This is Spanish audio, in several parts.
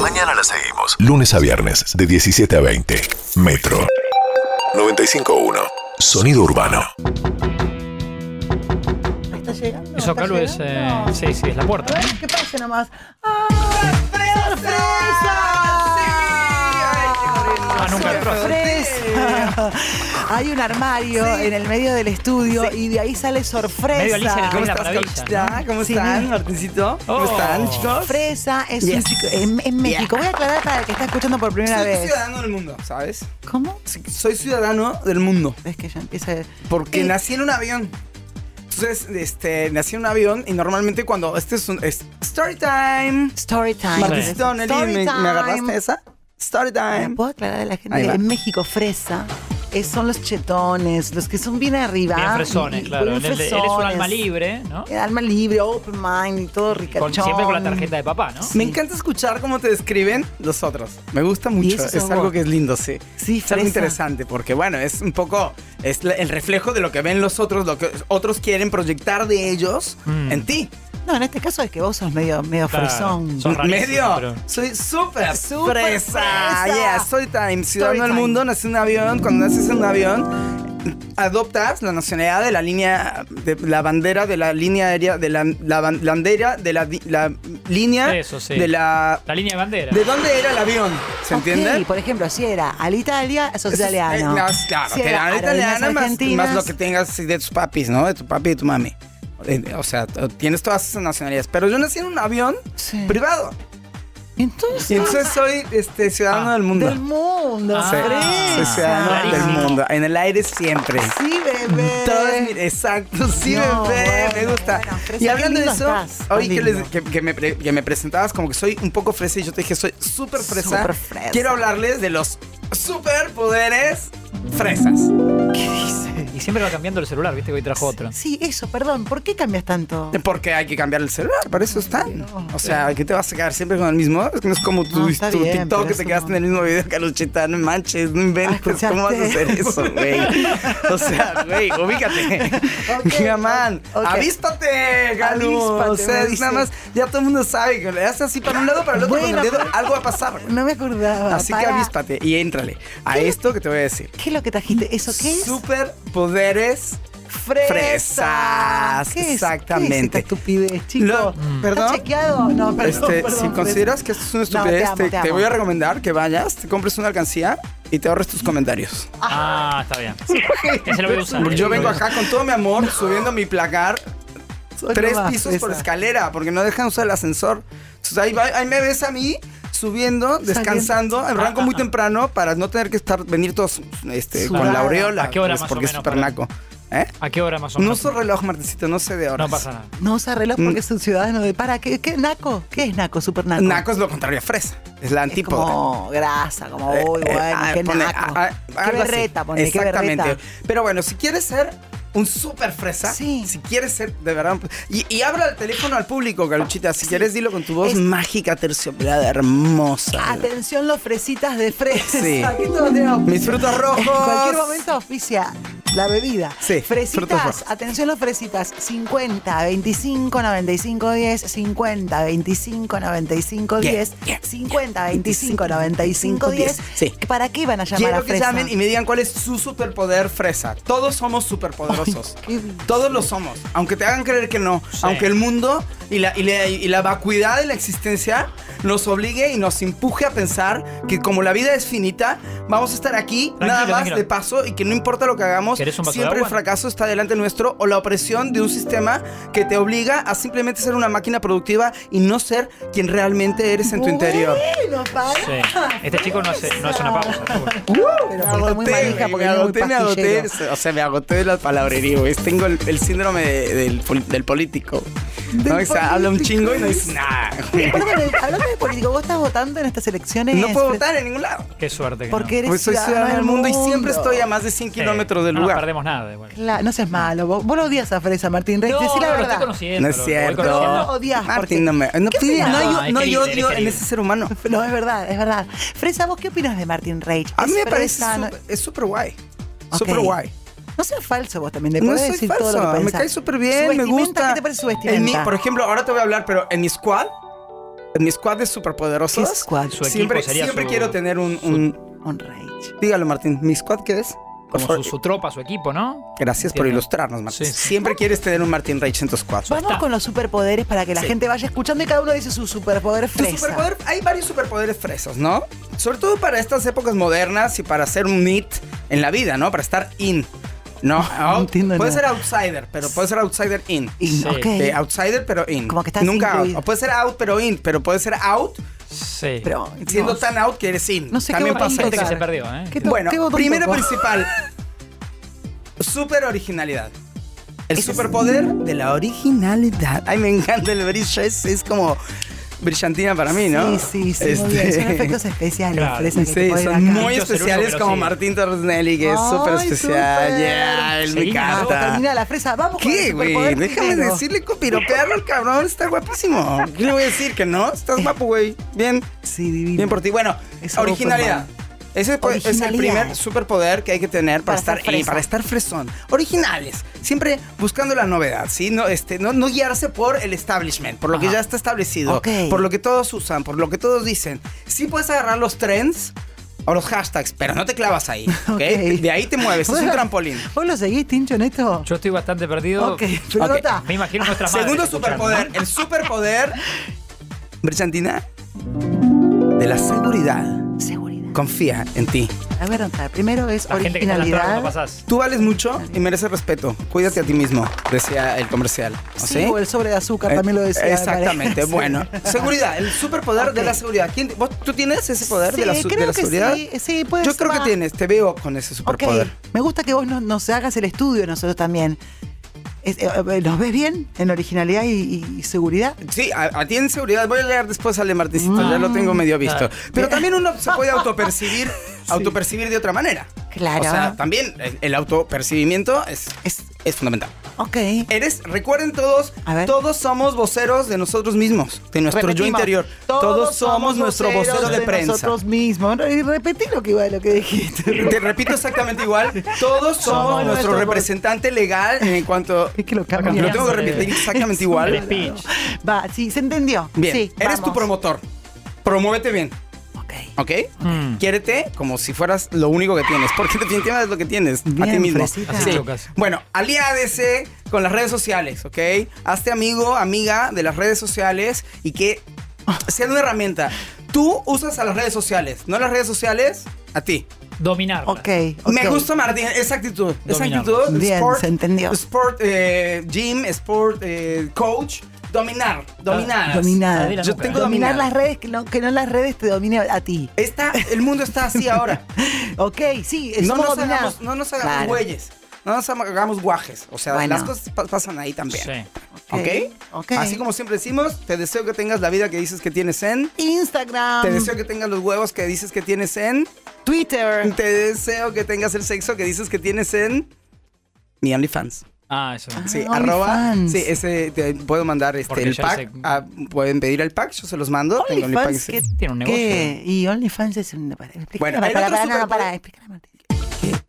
Mañana la seguimos. Lunes a viernes, de 17 a 20. Metro 95.1. Sonido urbano. ¿Está llegando? Eso ¿Está acá lo es. llegando? eh, sí, sí, es la A puerta. ver, ¿eh? que pase nomás. ¡Ah! ¡Sorpresa! Ah, nunca entró. Sorpresa. Hay un armario en el medio del estudio y de ahí sale sorpresa. Medio Alicia en el País ¿Cómo la estás, maravilla, Carlita? ¿Cómo Sí, están, ¿no? Martincito? ¿Cómo Oh. están, chicos? Sorpresa es un Yes. chico- en, en México. Voy a aclarar para el que está escuchando por primera Soy vez. ciudadano del mundo, ¿sabes? ¿Cómo? Soy ciudadano del mundo. Ves que ya empieza. el- Porque Eh. nací en un avión. Entonces, este, nací en un avión y normalmente cuando este es un es story time. Story time. Martincito, Nelly, Story ¿me, time. me pues, agarraste esa? Story Ahora, time. ¿Puedo aclarar a la gente? Ahí va. En México, fresa es- son los chetones, los que son bien arriba. Bien y- fresones, y- claro. bien Él, él es un fresones. alma libre, ¿no? El alma libre, open mind y todo ricachón. Con- siempre con la tarjeta de papá, ¿no? Me encanta escuchar cómo te describen los otros. Me gusta mucho. eso Es sos algo vos. que es lindo, sí. Sí, es fresa. algo interesante porque, bueno, es un poco es la- el reflejo de lo que ven los otros, lo que otros quieren proyectar de ellos Mm. en ti. No, en este caso es que vos sos medio, medio Claro. fresón. Sos rarísimo, medio. pero- Soy súper Súper fresa. fresa. Yeah, soy time. Ciudadano del time. mundo, nací en un avión. Cuando naces en un avión, adoptas la nacionalidad de la línea, de la bandera de la línea aérea, de la, la ban- bandera de la, di- la línea Eso, sí. de la. La línea de bandera. ¿De dónde era el avión? ¿Se Ok, entiende? por ejemplo, si era Alitalia, sos Eso es- italiano. eh, más, claro, Si que era la italiana Aerolíneas más, Argentinas, más lo que tengas de tus papis, ¿no? De tu papi y tu mami. Eh, O sea, t- tienes todas esas nacionalidades. Pero yo nací en un avión Sí. privado. Entonces, Y entonces soy este, ciudadano Ah, del mundo. del mundo, Ah, Sí, fresa. soy ciudadano Clarísimo. del mundo. En el aire siempre. Sí, bebé. Todo es mi- exacto, sí, No, bebé, bueno, me gusta. bueno, fresa, y hablando qué de lindo eso, estás, hoy que, lindo. les- que- que me, pre- que me presentabas como que soy un poco fresa y yo te dije soy súper fresa. Súper fresa. Quiero hablarles de los superpoderes fresas. ¿Qué dice? Y siempre va cambiando el celular, viste que hoy trajo otro. Sí, eso, perdón. ¿Por qué cambias tanto? Porque hay que cambiar el celular, para eso están. O sea, que te vas a quedar siempre con el mismo. Es que no es como tu, No, está tu bien, TikTok pero que te eso quedaste no. en el mismo video que Luchita, no manches, no inventes. Ah, ¿Cómo vas a hacer escuchaste. eso, güey? O sea, güey, ubícate. Ok, Mira, man, ok. avístate, Galu. Avíspate, O sea, me es dice. nada más, ya todo el mundo sabe que le haces así para un lado, para el otro, Bueno, con el dedo, pero- algo va a pasar. güey. No me acordaba. Así que Pará. avíspate y éntrale a esto que te voy a decir. ¿Qué es lo que trajiste? ¿Eso qué es? Superpoderes Fresa. fresas, ¿Qué es? ¿Qué es exactamente. esta estupidez, chico? Lo- ¿Está perdón. chequeado? No, perdón, Este, perdón, si fresa. consideras que esto es una estupidez, No, te te, amo, te te amo. voy a recomendar que vayas, te compres una alcancía y te ahorres tus comentarios. Ah, está bien. Ese lo voy a usar. Porque yo vengo acá. acá con todo mi amor subiendo mi placar Soy tres nomás pisos por fresa. escalera porque no dejan usar el ascensor. Entonces ahí, va- ahí me ves a mí subiendo, descansando, arranco Ah, muy temprano para no tener que estar venir todos este, con Sudada. la aureola. ¿A qué hora pues, más o porque es menos, súper para- naco. ¿Eh? ¿A qué hora más o No menos? uso reloj, Martecito, no sé de horas. No pasa nada. No usa reloj porque Mm. es un ciudadano de. Para, ¿qué, qué naco? ¿Qué es naco? Super naco. Naco es lo contrario a fresa. Es la Es antípoda. como grasa, como uy, bueno, Eh, eh, ah, qué pone- naco. ah, ah, qué algo así. berreta, pone, qué Exactamente. berreta. Pero bueno, si quieres ser un súper fresa, Sí. si quieres ser de verdad. un- Y, y habla el teléfono al público, Galuchita. Si quieres, dilo con tu voz Es- Ah, mágica, terciopelada, hermosa. Atención, los fresitas de fresa. Sí. Aquí todos tenemos- Mis frutos rojos. En cualquier momento oficia la bebida. Sí, frutos Fresitas, rojos. atención los fresitas. 50, 25, 95, 10. 50, 25, 95, 10. Bien, bien, 50, 25, 95, 10. Sí. ¿Para qué van a llamar a Quiero que fresa? llamen y me digan cuál es su superpoder fresa. Todos somos superpoderosos. Ay, qué bien. Todos lo somos. Aunque te hagan creer que no. Sí. Aunque el mundo y la, y, la, y la vacuidad de la existencia nos obligue y nos empuje a pensar que como la vida es finita, vamos a estar aquí Tranquilo, nada más tranquilo. de paso y que no importa lo que hagamos, ¿Querés un vaso de siempre el agua? fracaso está delante nuestro o la opresión de un sistema que te obliga a simplemente ser una máquina productiva y no ser quien realmente eres en tu interior. Bueno, para. Sí. Este chico no hace, no hace una pausa. seguro. Pero porque Me está muy agoté, manija, güey, porque me es muy agoté, me agoté. pastillero. O sea, me agoté de la palabrería, güey. Tengo el, el síndrome de- del, pol- del político. ¿no? O sea, habla un chingo y no dice nada. güey. Perdón, hablando de político, ¿vos estás votando en estas elecciones? No puedo votar en ningún lado. Qué suerte. Que Porque eres Pues soy ciudadano del mundo y siempre estoy a más de 100 no. kilómetros del No, No lugar. perdemos nada. igual. Claro, no seas malo. Vos, vos lo odias a Fresa, Martín Rey. No, Decí la no, lo estoy verdad. conociendo. No es lo- lo voy conociendo. No cierto. odias, porque- Martín, no me. No, ¿Qué sí, opinas? no hay- No, es no hay querido, odio es en querido. ese ser humano. No, es verdad, es verdad. Fresa, ¿vos qué opinas de Martín Rey? A mí ¿Es me parece fresa? súper- es súper guay. Ok. Súper guay. No seas falso vos también, le No podés soy decir falso, todo lo que me pensás. cae súper bien, ¿Su me vestimenta? gusta. ¿Qué te parece su En mi- vestimenta? por ejemplo, ahora te voy a hablar, pero en mi squad en mis squad de superpoderosos. ¿Qué squad? Su equipo siempre sería siempre su- quiero tener un, su- un- On Rage. Dígalo, Martín. ¿Mi squad qué es? Como For- su, su tropa, su equipo, ¿no? Gracias por Entiendo. ilustrarnos, Martín. Sí, sí. Siempre quieres tener un Martín Reich en tu squad. Vamos con los superpoderes para que la Sí. gente vaya escuchando y cada uno dice su superpoder Tu fresa. superpoder- hay varios superpoderes fresos, ¿no? Sobre todo para estas épocas modernas y para ser un neat en la vida, ¿no? Para estar in. No, out- entiendo puede nada. ser outsider, pero puede ser outsider in. Y- Sí. ok. Eh, outsider pero in. Como que estás Nunca out. incluido. O puede ser out pero in, pero puede ser out Sí. Pero, siendo no, tan out que eres in. no sé También qué voy a Hay pasa gente que eso. se encontrar. perdió, ¿eh? ¿Qué to- Bueno, qué botón primero toco? principal. Super originalidad. El Eso es- superpoder de la originalidad. Ay, me encanta el brillo. Es, es como brillantina para mí, ¿no? Sí, sí, sí. muy bien. Son Este- efectos especiales, Claro. fresa, que te Sí, ponen acá. son Yo muy soy el especiales único que lo como sigue. Martín Tornelli, que es Ay, súper especial. súper. Ya, él me Sí, Ah, Cata. encanta. termina la fresa. Vamos con ¿Qué, el güey? superpoder Déjame primero. decirle copiropearlo el cabrón. Está guapísimo. ¿Qué le voy a decir? Que no. Estás guapo, güey. Bien. Sí, divino. Bien por ti. Bueno, Es algo originalidad. Ese po- es el Originalidad. primer superpoder que hay que tener para, Para ser estar y fresa. para estar fresón. Originales, siempre buscando la novedad, ¿sí? No, este, no, no guiarse por el establishment, por lo que Ajá. ya está establecido, Ok. por lo que todos usan, por lo que todos dicen. Sí puedes agarrar los trends o los hashtags, pero no te clavas ahí, ¿ok? Ok. De ahí te mueves, es un trampolín. ¿Vos lo seguís, Tincho, en esto? Yo estoy bastante perdido. ok, pero Ok. nota. Me imagino nuestras Segundo madres escuchando. superpoder, el superpoder brillantina de la seguridad. Seguridad. Confía en ti. A ver, nota. Primero es La gente que está lastrada cuando originalidad. pasás. Tú vales mucho y mereces respeto. Cuídate a ti mismo, decía el comercial. ¿O Sí, sí? o el sobre de azúcar Eh, también lo decía. me Exactamente, parece. bueno. Seguridad, el superpoder de la seguridad. ¿Quién te- vos- ¿Tú tienes ese poder de la, Sí, su- de creo la que seguridad? sí, sí, puede Yo ser creo que más. tienes, te veo con ese Ok, superpoder. me gusta que vos nos, nos hagas el estudio nosotros también. Es- eh, eh, ¿Nos ves bien en originalidad y, y seguridad? Sí, a, a ti en seguridad. Voy a llegar después al de Martincito, ya Ah. lo tengo medio visto. Pero también uno se puede autopercibir, autopercibir de otra manera. Claro. O sea, también el, el autopercibimiento es, Es- es fundamental. ok. Eres, recuerden todos, A ver. todos somos voceros de nosotros mismos, de nuestro yo Repetimos, interior. Todos, somos nuestro voceros vocero de, prensa. Nosotros mismos. No, Y repetí lo que iba lo que dijiste. Te repito exactamente igual, todos somos Somos nuestro nuestro representante legal en cuanto... Es que lo Lo cambié. tengo que repetir exactamente igual. El speech. Va, sí, se entendió. Bien, Sí, eres vamos. tu promotor. Promuévete bien, Ok. ¿ok? Mm. Quiérete como si fueras lo único que tienes, porque definitivamente es lo que tienes a ti Bien, mismo. fresita. Así chocas. Bueno, aliádese con las redes sociales, ¿ok? Hazte amigo, amiga de las redes sociales y que sea una herramienta. Tú usas a las redes sociales, no las redes sociales a ti. Dominar. Ok. ok. Me gusta Martín, esa actitud, esa Dominar. actitud. Bien, se entendió. Sport, eh, gym, sport, eh, coach, dominar, dominar. Ah, Dominar. Adela Yo Nunca. tengo Dominar dominar las redes, que no, que no las redes te domine a ti. Está, el mundo está así ahora. Ok, sí, No somos nos dominados. hagamos, no nos hagamos Claro. güeyes. No nos hagamos guajes. O sea, Bueno. las cosas pa- pasan ahí también. Sí. ¿Ok? Ok. Así como siempre decimos, te deseo que tengas la vida que dices que tienes en. Instagram, Te deseo que tengas los huevos que dices que tienes en. Twitter. Te deseo que tengas el sexo que dices que tienes en. Mi OnlyFans. Ah, eso. Sí, Ah, arroba. OnlyFans. Sí, ese te puedo mandar este, Porque el ya pack. sé- Ah, pueden pedir el pack, yo se los mando. Tengo OnlyFans, OnlyFans. ¿qué? Tiene un negocio. ¿Qué? Y OnlyFans es un... para- explícale, Bueno, para, el para, otro para, no, no, superpoder- para, explícale, Martín.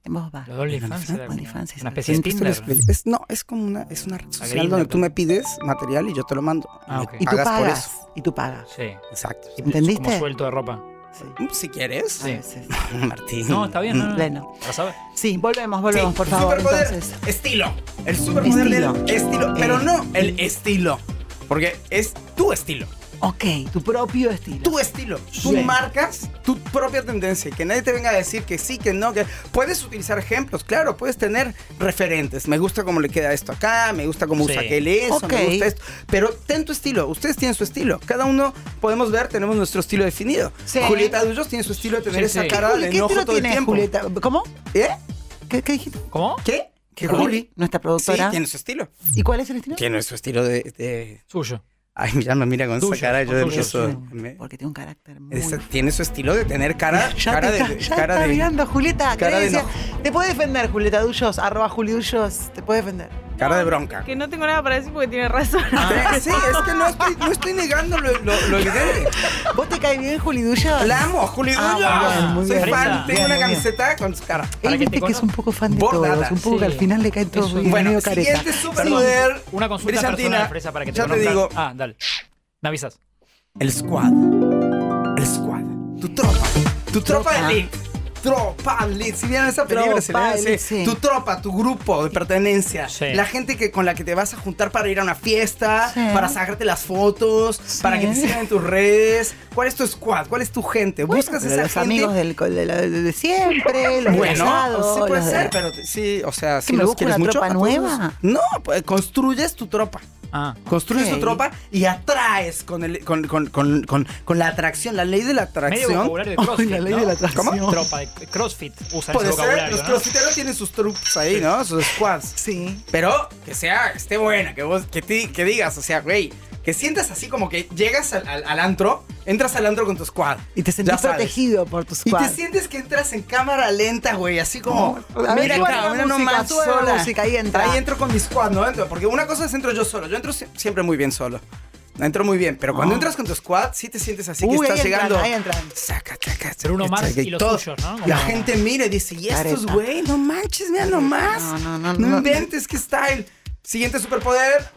En voz baja. Los OnlyFans. era como OnlyFans es Una especie de el- Tinder. Es- no, es como una, es una red social Grindr, donde tú pero- me pides material y yo te lo mando. Ah, ok. Y tú pagas, por eso. y tú pagas. Sí. Exacto. ¿Entendiste? Como suelto de ropa. Sí. Mm, Si quieres. A Sí. veces. Martín. Mm. No, está bien. No, no, Pleno. no. Para saber. Sí, volvemos, volvemos, Sí, por favor, superpoder, entonces. Estilo. El superpoder Estilo. del estilo. Pero Eh. no el estilo. Porque es tu estilo. Ok, tu propio estilo. Tu estilo. Tú Sí. marcas tu propia tendencia. Que nadie te venga a decir que sí, que no. que Puedes utilizar ejemplos, claro. Puedes tener referentes. Me gusta cómo le queda esto acá. Me gusta cómo Sí. usa aquel eso. Ok. Me gusta esto. Pero ten tu estilo. Ustedes tienen su estilo. Cada uno, podemos ver, tenemos nuestro estilo definido. Sí. Julieta Dullos tiene su estilo de tener Sí, esa sí. cara Juli, de ¿Qué enojo estilo todo el tiene tiempo. Julieta? ¿Cómo? ¿Eh? ¿Qué, qué dijiste? ¿Cómo? ¿Qué? ¿Qué Juli, nuestra Sí, productora. tiene su estilo. ¿Y cuál es el estilo? Tiene su estilo de, de- Suyo. Ay, ya me mira con Tuyo, esa cara. Yo tuyo, empiezo. sí. me- Porque tiene un carácter muy... Esa- tiene su estilo de tener cara, Ya cara te de. está, ya cara está de- mirando, Julieta. cara de Grecia. Te puede defender, Julieta Dullos, arroba Juliullos. Te puede defender. cara de bronca. Que no tengo nada para decir porque tiene razón. Sí, Sí, es que no estoy, no estoy negando lo, lo- lo evidente. ¿Vos te caes bien, Juli Dullos? La amo, Juli Ah, Dullo. muy bien, muy Soy bien. fan, Fresa. tengo Bien, una muy bien. camiseta con su cara. Él Para que viste te que es un poco fan de Bordada, todos, un poco que sí. al final le caen todos Eso. bien, Bueno, medio careta. siguiente Perdón, superpoder. Una consulta brillantina. personal, Fresa, para que te Ya te conozcan. digo. Ah, dale. Me avisas. El squad. El squad. Tu tropa. Tu tropa Tropa. elite. Tropa elite. Si vieron esa película, Tropa se le elite, dice sí. tu tropa, tu grupo de pertenencia. Sí. La gente que, con la que te vas a juntar para ir a una fiesta, Sí. para sacarte las fotos, para que te sigan en tus redes. ¿Cuál es tu squad? ¿Cuál es tu gente? Buscas Pero esa los gente. amigos del, co- de, la- de- de siempre, los Bueno, egresados, sí puede los de- ser, pero te- sí, o sea, si me los busco quieres una mucho, tropa apoyas. nueva? No, pues, construyes tu tropa. Ah. Construyes Ok. tu tropa y atraes con, el, con, con, con, con, con la atracción, la ley de la Medio atracción. vocabulario de CrossFit. la ley ¿no? de la atracción. ¿Cómo? Tropa de CrossFit usa ese Puede ser, vocabulario. los ¿no? crossfiteros tienen sus troops ahí, ¿no? Sus squads. Sí. Pero que sea, que esté buena, que vos, que, ti- que digas, o sea, güey, que sientas así como que llegas al, al- al antro, entras al antro con tu squad. Y te Ya sentís sabes. protegido por tus Y squad. te sientes que entras en cámara lenta, güey, así como, A ver, mira sube acá, la mira música, nomás sube la sola. música, ahí entra. Ahí entro con mi squad, ¿no? Entro- Porque una cosa es entro yo solo, yo entro si- siempre muy bien solo. Entro muy bien, pero cuando entras con tu squad, sí te sientes así que Ah. Uy, estás ahí entran, llegando. ahí entran. Saca, saca, Pero uno saca, más saca, y los todo. suyos, ¿no? Como- La gente mira y dice, ¿y estos Careta. güey? No manches, mira nomás. No, no, no, no. No inventes, qué style. Siguiente superpoder.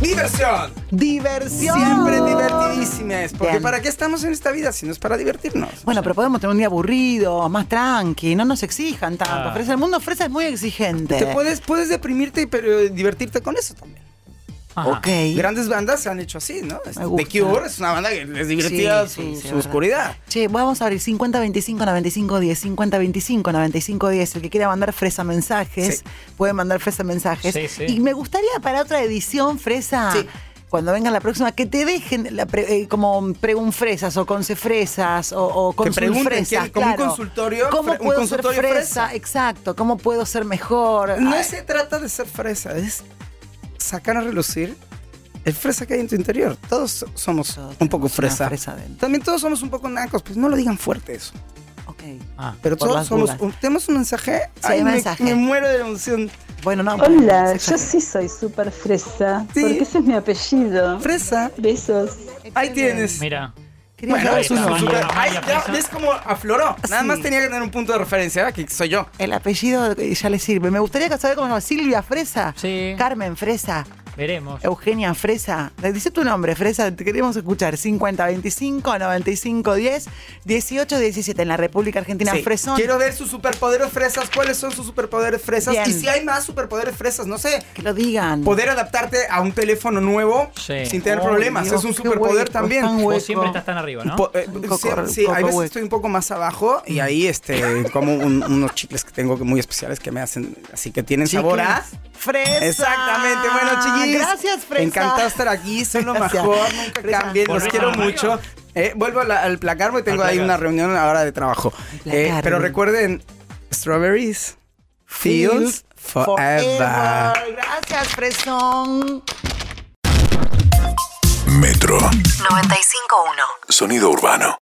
Diversión. ¡Diversión! Siempre divertidísimas. Porque Bien. ¿para qué estamos en esta vida si no es para divertirnos? Bueno, pero podemos tener un día aburrido, más tranqui, no nos exijan tanto. Ah. Fresa- el mundo fresa es muy exigente. Te puedes, puedes deprimirte, pero divertirte con eso también. Ajá. Ok. Grandes bandas se han hecho así, ¿no? Este, gusta. The Cure es una banda que les divertía Sí, su, sí, sí, su es verdad. oscuridad. Che, vamos a abrir 50 25 95 10, 50 25 95 10. El que quiera mandar fresa mensajes, Sí. puede mandar fresa mensajes. Sí, sí. Y me gustaría para otra edición fresa, Sí. cuando venga la próxima, que te dejen la pre- eh, como pregunfresas o conce-fresas o, o pregunten, consulfresas, que- como un claro. consultorio, ¿Cómo fre- un puedo consultorio ser fresa? fresa? Exacto. ¿Cómo puedo ser mejor? No Ay, se trata de ser fresa, es sacar a relucir el fresa que hay en tu interior. Todos somos Todos un poco tenemos una fresa. fresa dentro. También todos somos un poco nacos, pues no lo digan fuerte eso. ok. Ah. Pero Por todos las somos. dudas. un- tenemos un mensaje. hay Ay, me- mensaje. Me, muero de emoción. Bueno, no. Hola, sexo- yo sí soy súper fresa, Sí. porque ese es mi apellido. Fresa. Besos. Ahí tienes. Mira. Quería Bueno, saber es un su está. nombre. super- Maya, Ay, ya, fresa. ¿Ves cómo afloró? Nada Sí. más tenía que tener un punto de referencia, que soy yo. El apellido eh, ya le sirve. Me gustaría saber cómo se llama. Silvia Fresa. Sí. Carmen Fresa. Veremos. Eugenia Fresa. Dice tu nombre, Fresa. Te queremos escuchar. 50 25 95 10 18 17 en la República Argentina. Sí. Fresón. Quiero ver sus superpoderes fresas. ¿Cuáles son sus superpoderes fresas? Bien. Y si hay más superpoderes fresas, no sé. Que lo digan. Poder adaptarte a un teléfono nuevo Sí. sin tener Oh, problemas. Dios, es un qué superpoder hueco, también. tan hueco. Vos siempre estás tan arriba, ¿no? Po- eh, Un poco sí, re- sí, poco a veces hueco. estoy un poco más abajo y ahí este como un- unos chicles que tengo que muy especiales que me hacen así que tienen Chicles. sabor a Fresa. Exactamente, bueno chiquis. Gracias, Fresa. Encantado estar aquí, son lo Gracias. mejor, nunca Fresa. cambien, los Volvemos quiero al mucho. Eh, vuelvo a la- al placar porque tengo Al ahí placar. una reunión ahora de trabajo. Al Eh, placar. pero recuerden, strawberries feels forever. Gracias, Fresón. Metro. 95.1. Sonido urbano.